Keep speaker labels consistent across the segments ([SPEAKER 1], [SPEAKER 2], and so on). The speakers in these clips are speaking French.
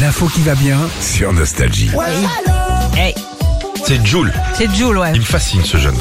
[SPEAKER 1] L'info qui va bien sur Nostalgie.
[SPEAKER 2] Hey,
[SPEAKER 3] C'est Jules.
[SPEAKER 2] c'est Jules, ouais.
[SPEAKER 3] Il me fascine ce jeune.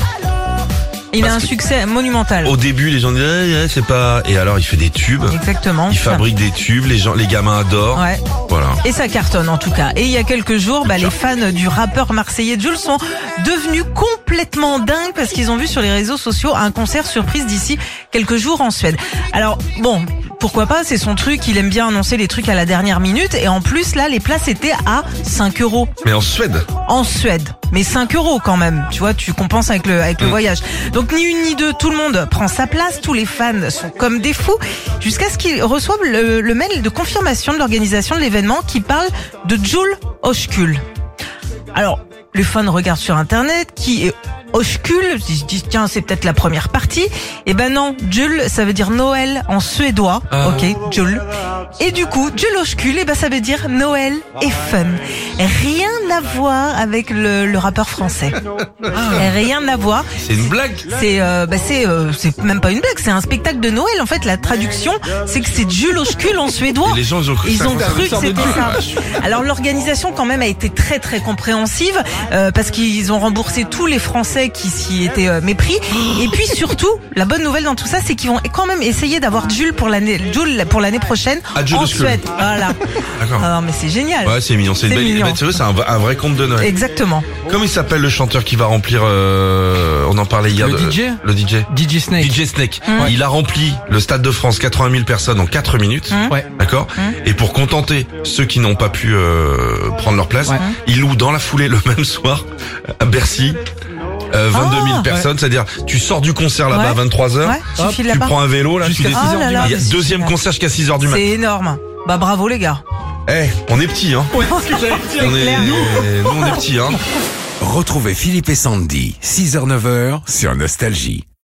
[SPEAKER 2] Il a
[SPEAKER 3] parce
[SPEAKER 2] un
[SPEAKER 3] que-
[SPEAKER 2] succès monumental.
[SPEAKER 3] Au début, les gens disaient, Eh, eh, c'est pas. Et alors, il fait des tubes.
[SPEAKER 2] Exactement.
[SPEAKER 3] Il fabrique des tubes. Les gens, les gamins adorent.
[SPEAKER 2] Ouais.
[SPEAKER 3] Voilà.
[SPEAKER 2] Et ça cartonne en tout cas. Et il y a quelques jours, bah, les fans du rappeur marseillais Jules sont devenus complètement dingues parce qu'ils ont vu sur les réseaux sociaux un concert surprise d'ici quelques jours en Suède. Alors bon, pourquoi pas, c'est son truc, il aime bien annoncer les trucs à la dernière minute. Et en plus là, les places étaient à 5 euros.
[SPEAKER 3] Mais en Suède,
[SPEAKER 2] en Suède. Mais 5 euros quand même, tu vois, tu compenses avec le, avec le voyage. Donc ni une ni deux, tout le monde prend sa place, tous les fans sont comme des fous, jusqu'à ce qu'ils reçoivent le, le mail de confirmation de l'organisation de l'événement qui parle de Jules Oshkul. Alors, les fans regardent sur Internet qui est Oshkul, ils se disent tiens c'est peut-être la première partie. Et ben non, Jules ça veut dire Noël en suédois,
[SPEAKER 3] Ah.
[SPEAKER 2] ok, Jules. Et du coup, Jules Oshkul, et ben ça veut dire Noël et fun. Rien à voir avec le, le rappeur français.
[SPEAKER 3] Ah.
[SPEAKER 2] Rien à voir.
[SPEAKER 3] c'est une blague.
[SPEAKER 2] C'est euh, bah, c'est euh, c'est même pas une blague, c'est un spectacle de Noël en fait. La traduction, c'est que c'est Jules Oshkul en suédois.
[SPEAKER 3] Et les gens ils ont cru. que
[SPEAKER 2] Ils
[SPEAKER 3] ça
[SPEAKER 2] ont
[SPEAKER 3] concernait
[SPEAKER 2] cru
[SPEAKER 3] une
[SPEAKER 2] que
[SPEAKER 3] sorte de
[SPEAKER 2] c'était
[SPEAKER 3] Dieu.
[SPEAKER 2] ça. Alors l'organisation quand même a été très très compréhensive euh, parce qu'ils ont remboursé tous les Français qui s'y étaient euh, mépris. Et puis surtout, la bonne nouvelle dans tout ça, c'est qu'ils vont quand même essayer d'avoir Jules pour l'année Jules pour l'année prochaine
[SPEAKER 3] Ah, Jules
[SPEAKER 2] en
[SPEAKER 3] Oshkul.
[SPEAKER 2] Suède. Voilà.
[SPEAKER 3] D'accord.
[SPEAKER 2] Ah, non, mais c'est génial.
[SPEAKER 3] Ouais, c'est mignon. C'est une
[SPEAKER 2] C'est
[SPEAKER 3] belle idée.
[SPEAKER 2] mignon.
[SPEAKER 3] Mais tu vois, c'est un, vrai- un vrai conte de Noël.
[SPEAKER 2] Exactement.
[SPEAKER 3] Comment il s'appelle le chanteur qui va remplir euh, On en parlait hier.
[SPEAKER 4] Le
[SPEAKER 3] de-
[SPEAKER 4] DJ?
[SPEAKER 3] Le DJ.
[SPEAKER 4] DJ Snake.
[SPEAKER 3] DJ Snake.
[SPEAKER 2] Mm.
[SPEAKER 3] Il a rempli le Stade de France, 80 000 personnes en 4 minutes.
[SPEAKER 2] Mm.
[SPEAKER 4] Ouais.
[SPEAKER 3] D'accord Et pour contenter ceux qui n'ont pas pu euh, prendre leur place,
[SPEAKER 4] Ouais.
[SPEAKER 3] il loue dans la foulée le même soir à Bercy. euh, 22 000
[SPEAKER 2] Ah.
[SPEAKER 3] personnes, c'est-à-dire tu sors du concert là-bas
[SPEAKER 2] Ouais.
[SPEAKER 3] à 23h,
[SPEAKER 2] Ouais, tu
[SPEAKER 4] Hop,
[SPEAKER 2] files
[SPEAKER 3] tu
[SPEAKER 2] là-bas.
[SPEAKER 3] prends un vélo là, tu
[SPEAKER 4] Jusqu'à
[SPEAKER 3] descends.
[SPEAKER 2] Ah là là,
[SPEAKER 3] Il y a
[SPEAKER 2] c'est
[SPEAKER 3] deuxième
[SPEAKER 2] super.
[SPEAKER 3] concert jusqu'à 6h du matin.
[SPEAKER 2] C'est énorme. Bah bravo les gars.
[SPEAKER 3] Eh, on est petit hein. on est
[SPEAKER 2] clair.
[SPEAKER 3] nous on est petit hein.
[SPEAKER 1] Retrouvez Philippe et Sandy, 6h-9h sur Nostalgie.